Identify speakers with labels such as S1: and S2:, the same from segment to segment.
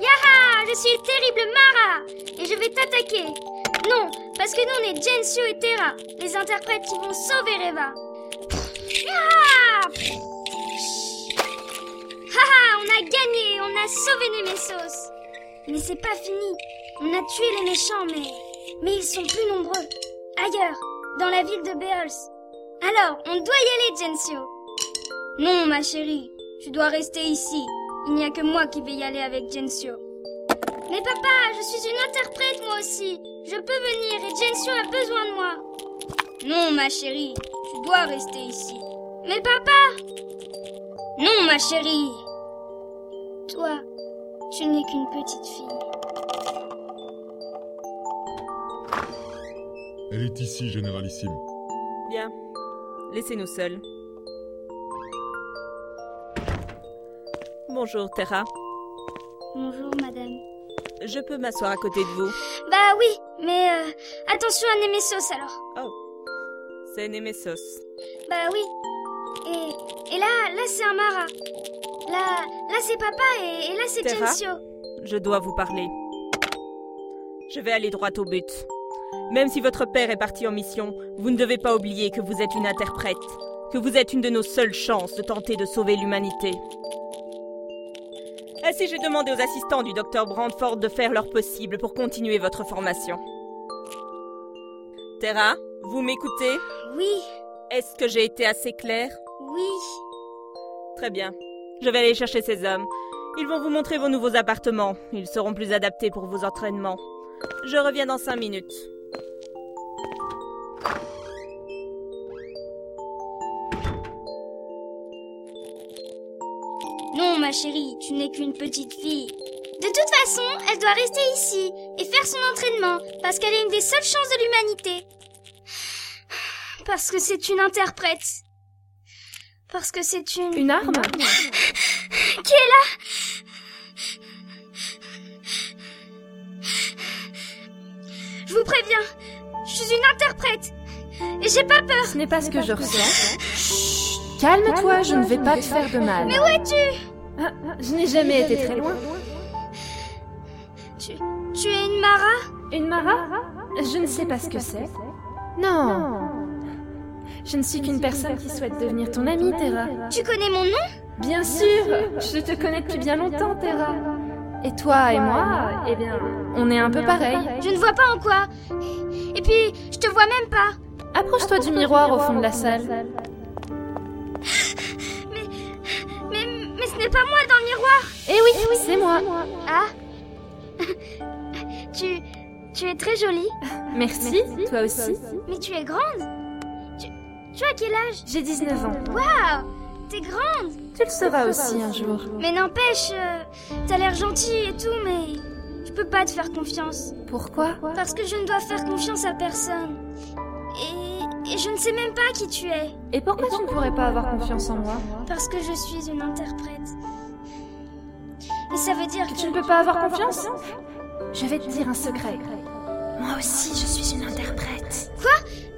S1: Yaha Je suis le terrible Mara Et je vais t'attaquer Non, parce que nous on est Gensu et Terra, les interprètes qui vont sauver Reva. Yaha Haha On a gagné On a sauvé Nemesos Mais c'est pas fini On a tué les méchants, mais... Mais ils sont plus nombreux. Ailleurs, dans la ville de Beols. Alors, on doit y aller, Gensio non, ma chérie, tu dois rester ici. Il n'y a que moi qui vais y aller avec Gensio. Mais papa, je suis une interprète moi aussi. Je peux venir et Gensio a besoin de moi. Non, ma chérie, tu dois rester ici. Mais papa Non, ma chérie Toi, tu n'es qu'une petite fille.
S2: Elle est ici, généralissime.
S3: Bien. Laissez-nous seuls. Bonjour, Terra.
S1: Bonjour, madame.
S3: Je peux m'asseoir à côté de vous.
S1: Bah oui, mais euh, attention à Nemesos alors.
S3: C'est Nemesos.
S1: Bah oui. Et, et là, là c'est un Mara. Là, là c'est papa et, et là c'est
S3: Terra
S1: Gensio.
S3: Je dois vous parler. Je vais aller droit au but. Même si votre père est parti en mission, vous ne devez pas oublier que vous êtes une interprète, que vous êtes une de nos seules chances de tenter de sauver l'humanité. Ainsi, j'ai demandé aux assistants du docteur Brandford de faire leur possible pour continuer votre formation. Terra, vous m'écoutez
S1: Oui,
S3: Est-ce que j'ai été assez claire
S1: oui.
S3: Très bien. Je vais aller chercher ces hommes. Ils vont vous montrer vos nouveaux appartements. Ils seront plus adaptés pour vos entraînements. Je reviens dans cinq minutes.
S1: Non, ma chérie, tu n'es qu'une petite fille. De toute façon, elle doit rester ici et faire son entraînement parce qu'elle est une des seules chances de l'humanité. Parce que c'est une interprète. Parce que c'est une...
S4: Une arme
S1: Qui est là Je vous préviens, je suis une interprète. Et j'ai pas peur.
S4: Ce n'est pas ce que je ressens. Chut Calme-toi, je ne vais pas te faire de mal.
S1: Mais où es-tu
S4: Ah, Je n'ai jamais été très loin.
S1: Tu es une Mara
S4: Une Mara Je ne sais pas ce que c'est. Non Je ne suis qu'une personne qui souhaite devenir ton amie, Terra.
S1: Tu connais mon nom
S4: Bien sûr Je te connais depuis bien longtemps, Terra. Et toi et moi, eh bien, on est un peu pareil.
S1: Je ne vois pas en quoi. Et puis, je te vois même pas.
S4: Approche-toi du miroir au fond de la salle.
S1: Mais, mais ce n'est pas moi dans le miroir.
S4: Eh oui, c'est moi
S1: Ah Tu. Tu es très jolie,
S4: Merci, toi aussi.
S1: mais tu es grande. Tu, tu as quel âge
S4: J'ai 19 ans.
S1: Waouh T'es grande
S4: Tu le seras aussi un jour.
S1: Mais n'empêche, euh, t'as l'air gentil et tout, mais. Je peux pas te faire confiance.
S4: Pourquoi
S1: Parce que je ne dois faire confiance à personne. Et. Et je ne sais même pas qui tu es.
S4: Et pourquoi tu ne pourrais pas avoir confiance en moi
S1: Parce que je suis une interprète. Et ça veut dire que.
S4: Que tu ne peux pas avoir confiance Je vais te dire un secret. Moi aussi, je suis une interprète.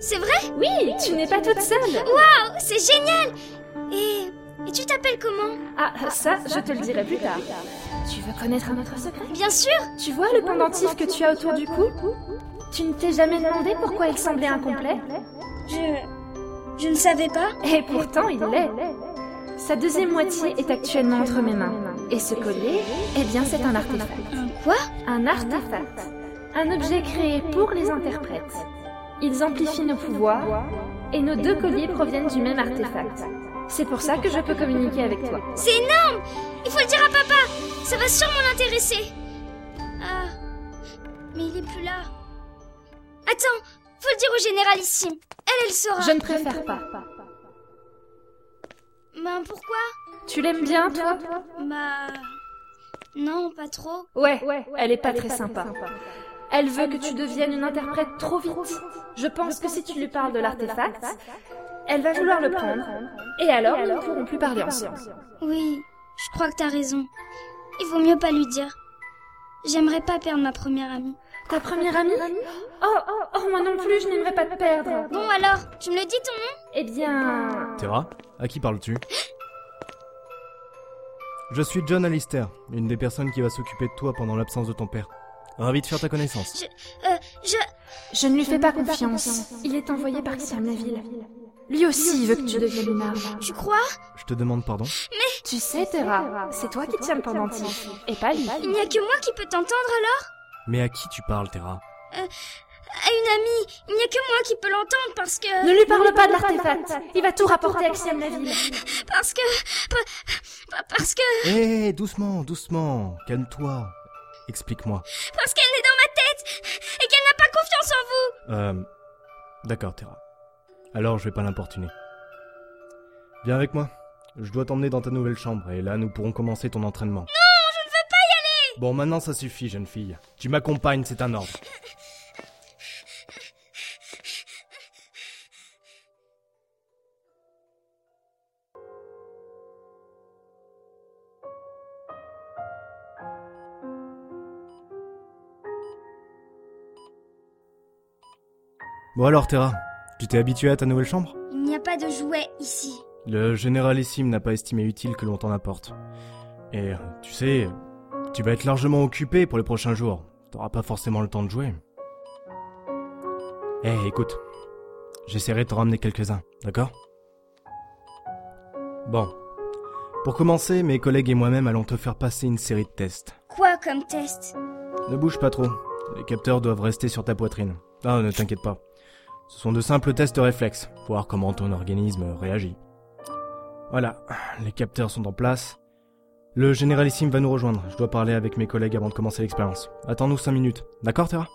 S1: C'est vrai
S4: Oui, tu n'es pas toute seule.
S1: Oh, c'est génial Et. Et tu t'appelles comment
S4: Ah, ça, je te le dirai plus tard. Tu veux connaître un autre secret
S1: Bien sûr
S4: Tu vois le pendentif que tu as autour du cou Tu ne t'es jamais demandé pourquoi il semblait incomplet
S1: Je. Je ne savais pas.
S4: Et pourtant, il l'est. Sa deuxième moitié est actuellement entre mes mains. Et ce collier, eh bien, c'est un artefact.
S1: Un quoi
S4: Un artefact. Un objet créé pour les interprètes. Ils amplifient nos pouvoirs et nos deux colliers proviennent du même artefact. C'est pour ça que je peux communiquer avec toi.
S1: C'est énorme Il faut le dire à papa Ça va sûrement l'intéresser Ah. Mais il est plus là. Attends Faut le dire au général ici. Elle, elle saura.
S4: Je ne préfère pas.
S1: Ben pourquoi
S4: Tu l'aimes bien, toi
S1: Bah. Non, pas trop.
S4: Ouais, elle est pas très sympa. Elle veut que tu deviennes une interprète trop vite. Je pense que si tu lui parles de l'artefact, elle va vouloir le prendre. Et alors, nous ne pourrons plus parler ensemble.
S1: Oui, je crois que t'as raison. Il vaut mieux pas lui dire. J'aimerais pas perdre ma première amie.
S4: Ta première amie oh, oh, oh, moi non plus, je n'aimerais pas te perdre.
S1: Bon alors, tu me le dis ton nom
S4: Eh bien...
S5: Terra, à qui parles-tu Je suis John Alistair, une des personnes qui va s'occuper de toi pendant l'absence de ton père. Ravi de faire ta connaissance.
S1: Euh, je...
S6: Je ne lui fais pas confiance.
S4: Il est envoyé par Sam la ville.
S6: Lui aussi veut que tu deviennes une arme.
S1: Tu crois
S5: Je te demande pardon
S6: Tu sais, Terra, c'est toi qui tiens le pendentif.
S4: Et pas lui.
S1: Il n'y a que moi qui peux t'entendre alors
S5: Mais à qui tu parles, Terra
S1: À une amie, il n'y a que moi qui peux l'entendre parce que...
S4: Ne lui parle pas de l'artefact. Il va tout rapporter à Xiam la ville.
S1: Parce que... pa- pa- Parce que...
S5: Hé, Eh, doucement, doucement, calme-toi. Explique-moi.
S1: Parce qu'elle est dans ma tête et qu'elle n'a pas confiance en vous
S5: Euh... D'accord, Terra. Alors, je vais pas l'importuner. Viens avec moi. Je dois t'emmener dans ta nouvelle chambre, et là, nous pourrons commencer ton entraînement. Non, je ne veux pas y aller Bon, maintenant, ça suffit, jeune fille. Tu m'accompagnes, c'est un ordre. Bon alors, Terra, tu t'es habituée à ta nouvelle chambre
S1: Il n'y a pas de jouets ici.
S5: Le généralissime n'a pas estimé utile que l'on t'en apporte. Et euh, tu sais, tu vas être largement occupé pour les prochains jours. T'auras pas forcément le temps de jouer. Eh, écoute. J'essaierai de t'en ramener quelques-uns, d'accord Bon. Pour commencer, mes collègues et moi-même allons te faire passer une série de tests.
S1: Quoi comme test
S5: Ne bouge pas trop. Les capteurs doivent rester sur ta poitrine. Ah, ne t'inquiète pas. Ce sont de simples tests réflexes, voir comment ton organisme réagit. Voilà, les capteurs sont en place. Le généralissime va nous rejoindre. Je dois parler avec mes collègues avant de commencer l'expérience. Attends-nous 5 minutes. D'accord, Terra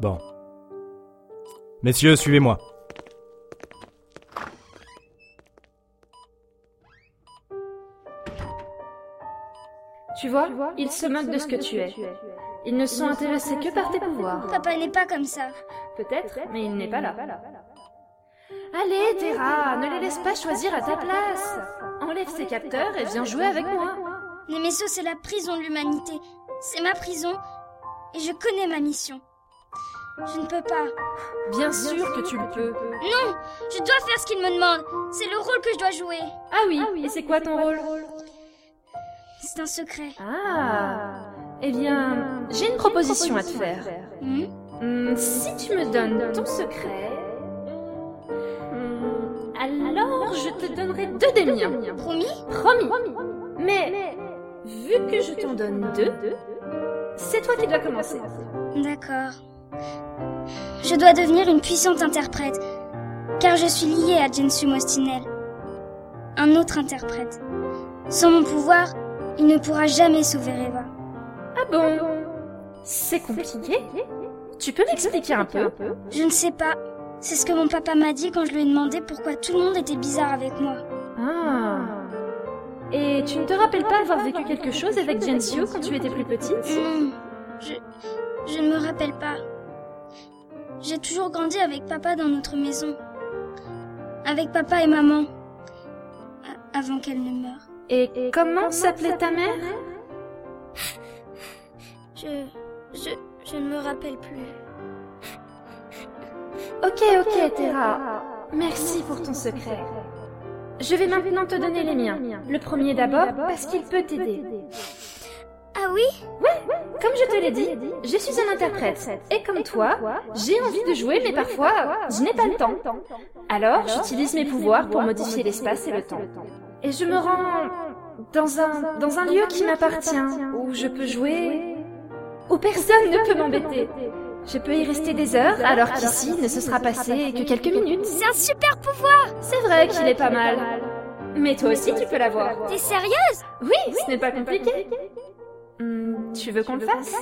S5: Bon. Messieurs, suivez-moi.
S4: Tu vois, ils se moquent de ce que tu es. Ils ne sont intéressés que par tes pouvoirs.
S1: Papa n'est pas comme ça.
S4: Peut-être, mais il n'est pas là. Allez, Terra, ne les laisse pas choisir à ta place. Enlève ces capteurs et viens jouer avec moi.
S1: Nemesis, c'est la prison de l'humanité. C'est ma prison et je connais ma mission. Je ne peux pas.
S4: Bien sûr que tu le peux.
S1: Non, je dois faire ce qu'il me demande. C'est le rôle que je dois jouer.
S4: Ah oui, et c'est quoi ton rôle
S1: C'est un secret.
S4: Ah Eh bien, j'ai une proposition à te faire.
S1: Hmm
S4: Hmm, si tu me donnes ton secret... hmm, alors, je te donnerai deux des miens.
S1: Promis
S4: Promis. Mais vu que je t'en donne deux, c'est toi qui dois commencer.
S1: D'accord. Je dois devenir une puissante interprète, car je suis liée à Jensu Mostinel, un autre interprète. Sans mon pouvoir, il ne pourra jamais sauver Reva.
S4: Ah bon C'est compliqué. Tu peux m'expliquer un peu
S1: Je ne sais pas. C'est ce que mon papa m'a dit quand je lui ai demandé pourquoi tout le monde était bizarre avec moi.
S4: Ah. Et tu ne te rappelles pas avoir vécu quelque chose avec Gensio quand tu étais plus petite
S1: Non, je, je ne me rappelle pas. J'ai toujours grandi avec papa dans notre maison. Avec papa et maman. A- Avant qu'elle ne meure.
S4: Et comment s'appelait ta mère
S1: Je, je, je ne me rappelle plus.
S4: Ok, ok, Terra. Merci pour ton secret. Je vais maintenant te donner les miens. Le premier d'abord parce qu'il peut t'aider.
S1: Ah oui
S4: Comme je te l'ai dit, je suis un interprète. Et comme toi, j'ai envie de jouer, mais parfois, je n'ai pas le temps. Alors, j'utilise mes pouvoirs pour modifier l'espace et le temps. Et je me rends dans un, dans un lieu qui m'appartient, où je peux jouer, où personne ne peut m'embêter. Je peux y rester des heures, alors qu'ici ne se sera passé que quelques minutes.
S1: C'est un super pouvoir
S4: C'est vrai qu'il est pas mal. Mais toi aussi, tu peux l'avoir.
S1: T'es sérieux
S4: Oui, ce n'est pas compliqué. Hmm, tu veux qu'on le fasse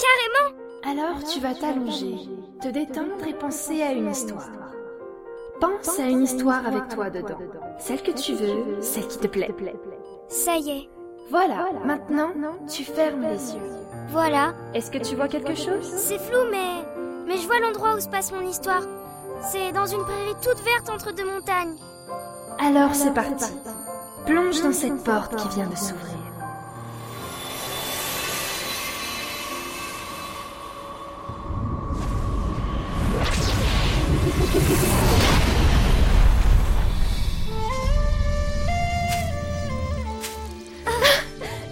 S1: Carrément
S6: Alors tu vas t'allonger, te détendre et penser à une histoire. Pense à une histoire avec toi dedans. Celle que tu veux, celle qui te plaît.
S1: Ça y est,
S6: Voilà, maintenant, tu fermes les yeux.
S1: voilà.
S4: Est-ce que tu vois quelque chose
S1: C'est flou, mais. Mais je vois l'endroit où se passe mon histoire. C'est dans une prairie toute verte entre deux montagnes.
S6: Alors c'est parti. Plonge dans cette porte qui vient de s'ouvrir.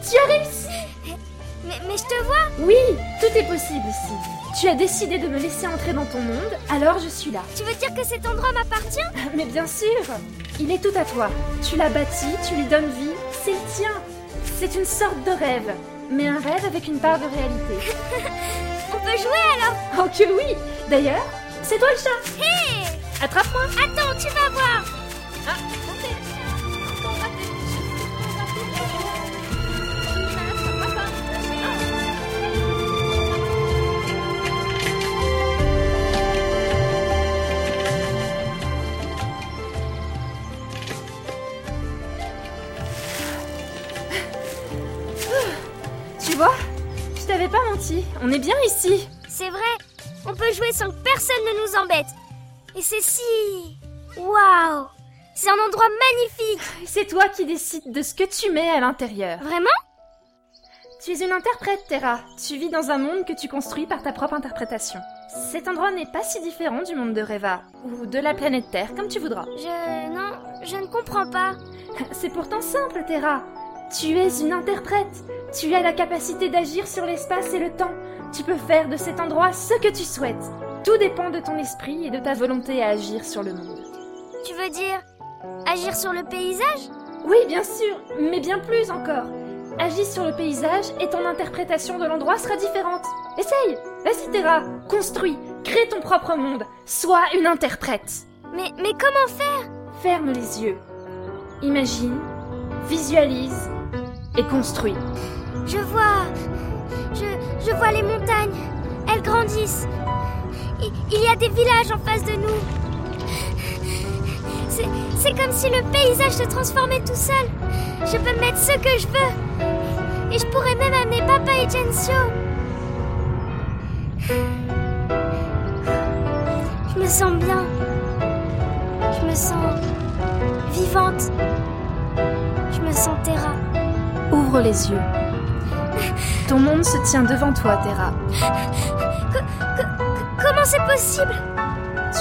S4: Tu as réussi
S1: Mais, mais je te vois
S4: Oui, tout est possible ici. Tu as décidé de me laisser entrer dans ton monde, alors je suis là.
S1: Tu veux dire que cet endroit m'appartient
S4: Mais bien sûr Il est tout à toi. Tu l'as bâti, tu lui donnes vie, c'est le tien. C'est une sorte de rêve, mais un rêve avec une part de réalité.
S1: On peut jouer
S4: Oh que oui D'ailleurs, c'est toi le chat
S1: Hé
S4: Attrape-moi Ah,
S1: Attends, tu vas voir
S4: Tu vois Je t'avais pas menti, on est bien ici
S1: C'est vrai, on peut jouer sans que personne ne nous embête. Et c'est si... Waouh C'est un endroit magnifique
S4: C'est toi qui décides de ce que tu mets à l'intérieur.
S1: Vraiment
S4: Tu es une interprète, Terra. Tu vis dans un monde que tu construis par ta propre interprétation. Cet endroit n'est pas si différent du monde de Reva, ou de la planète Terre, comme tu voudras.
S1: Je... Non, je ne comprends pas.
S4: C'est pourtant simple, Terra. Tu es une interprète. Tu as la capacité d'agir sur l'espace et le temps. Tu peux faire de cet endroit ce que tu souhaites. Tout dépend de ton esprit et de ta volonté à agir sur le monde.
S1: Tu veux dire... Agir sur le paysage
S4: Oui, bien sûr, mais bien plus encore. Agis sur le paysage et ton interprétation de l'endroit sera différente. Essaye Vas-y, Terra Construis Crée ton propre monde Sois une interprète
S1: Mais, mais comment faire
S4: Ferme les yeux. Imagine, visualise et construis.
S1: Je vois... Je, je vois les montagnes. Elles grandissent. Il, il y a des villages en face de nous. C'est- C'est comme si le paysage se transformait tout seul. Je peux mettre ce que je veux. Et je pourrais même amener papa et Gensio. Je me sens bien. Je me sens vivante. Je me sens terra.
S4: Ouvre les yeux. Ton monde se tient devant toi, Terra.
S1: Comment c'est possible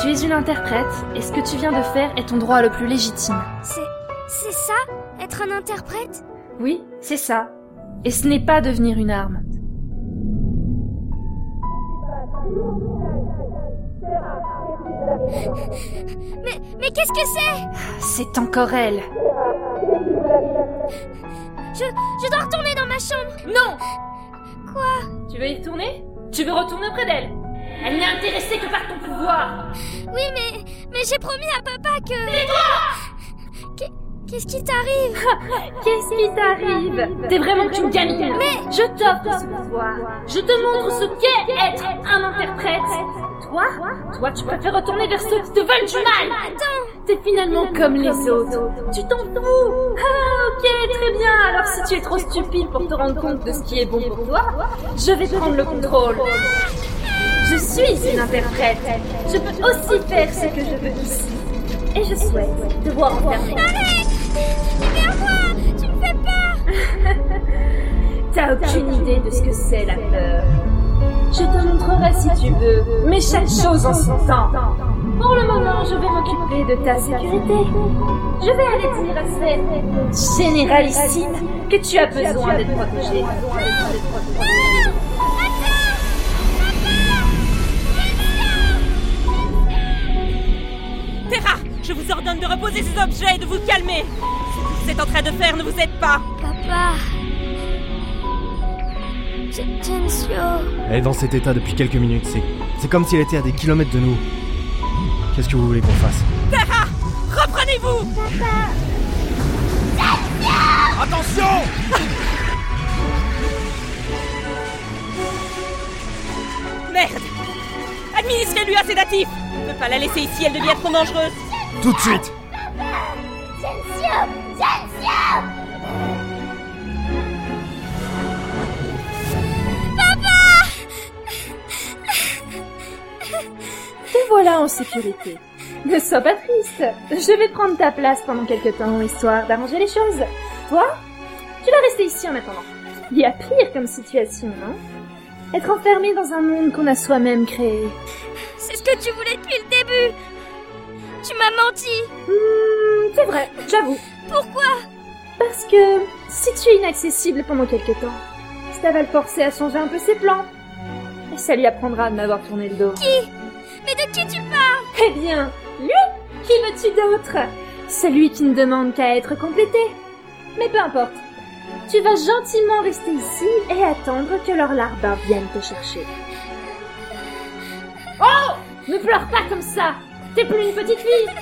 S4: Tu es une interprète et ce que tu viens de faire est ton droit le plus légitime.
S1: C'est c'est ça Être un interprète
S4: Oui, c'est ça. Et ce n'est pas devenir une arme.
S1: Mais, mais qu'est-ce que c'est
S4: C'est encore elle.
S1: je, je dois retourner dans ma chambre
S4: Non Quoi Tu veux y retourner Tu veux retourner près d'elle Elle n'est intéressée que par ton pouvoir
S1: Oui, mais, mais j'ai promis à papa que... Qu'est- Qu'est-ce qui t'arrive
S4: Qu'est-ce qui t'arrive T'es vraiment qu'une gamine Mais Je t'offre ce pouvoir Je te montre ce qu'est être un interprète Toi Toi, tu préfères retourner vers ceux qui te veulent du mal
S1: Attends
S4: T'es finalement comme les autres Tu t'en fous Ah, ok, très bien Alors si tu es trop stupide pour te rendre compte de ce qui est bon pour toi, je vais prendre le contrôle Je suis une interprète Je peux aussi faire ce que je veux ici Et je souhaite devoir en faire plus.
S1: Tu me fais peur
S4: T'as aucune idée de ce que c'est la peur. Je te montrerai si tu veux, mais chaque chose en son temps. Pour le moment, je vais m'occuper de ta sécurité. Je vais aller dire à cette généralissime que tu as besoin d'être protégée.
S3: Terra, je vous ordonne de reposer ces objets et de vous calmer. Ce que vous êtes en train de faire ne vous aide pas.
S1: Papa... Je- Gensio...
S5: Elle est dans cet état depuis quelques minutes, c'est. C'est comme si elle était à des kilomètres de nous. Qu'est-ce que vous voulez qu'on fasse
S3: Reprenez-vous Attention Merde Administrez-lui un sédatif Ne pas la laisser ici, elle devient trop dangereuse
S5: Tout de suite
S4: Te voilà en sécurité. Ne sois pas triste. Je vais prendre ta place pendant quelque temps, histoire d'arranger les choses. Toi, tu vas rester ici en attendant. Il y a pire comme situation, non Être enfermé dans un monde qu'on a soi-même créé.
S1: C'est ce que tu voulais depuis le début Tu m'as menti
S4: Hmm, c'est vrai, j'avoue.
S1: Pourquoi
S4: Parce que si tu es inaccessible pendant quelque temps, ça va le forcer à changer un peu ses plans. Et ça lui apprendra de m'avoir tourné le dos.
S1: Mais de qui tu
S4: Eh bien, lui Qui veux-tu d'autre Celui qui ne demande qu'à être complété. Mais peu importe. Tu vas gentiment rester ici et attendre que leur larbin vienne te chercher. Oh Ne pleure pas comme ça T'es plus une petite fille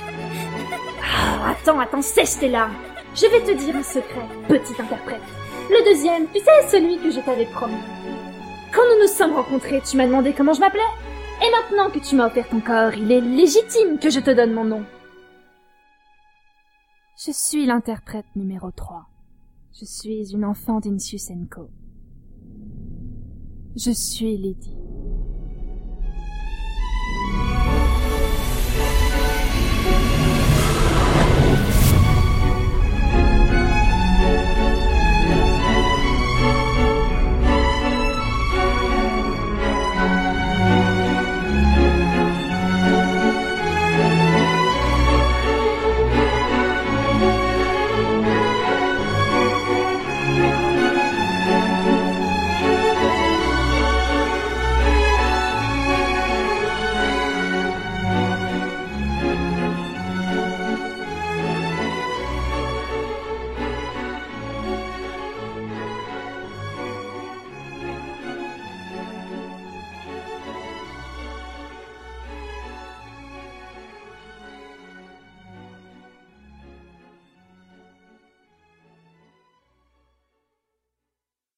S4: Ah, Attends, attends, sèche tes larmes Je vais te dire un secret, petite interprète. Le deuxième, tu sais, celui que je t'avais promis. Quand nous nous sommes rencontrés, tu m'as demandé comment je m'appelais et maintenant que tu m'as offert ton corps, il est légitime que je te donne mon nom.
S6: Je suis l'interprète numéro 3. Je suis une enfant d'Insius Enko. Je suis Lady.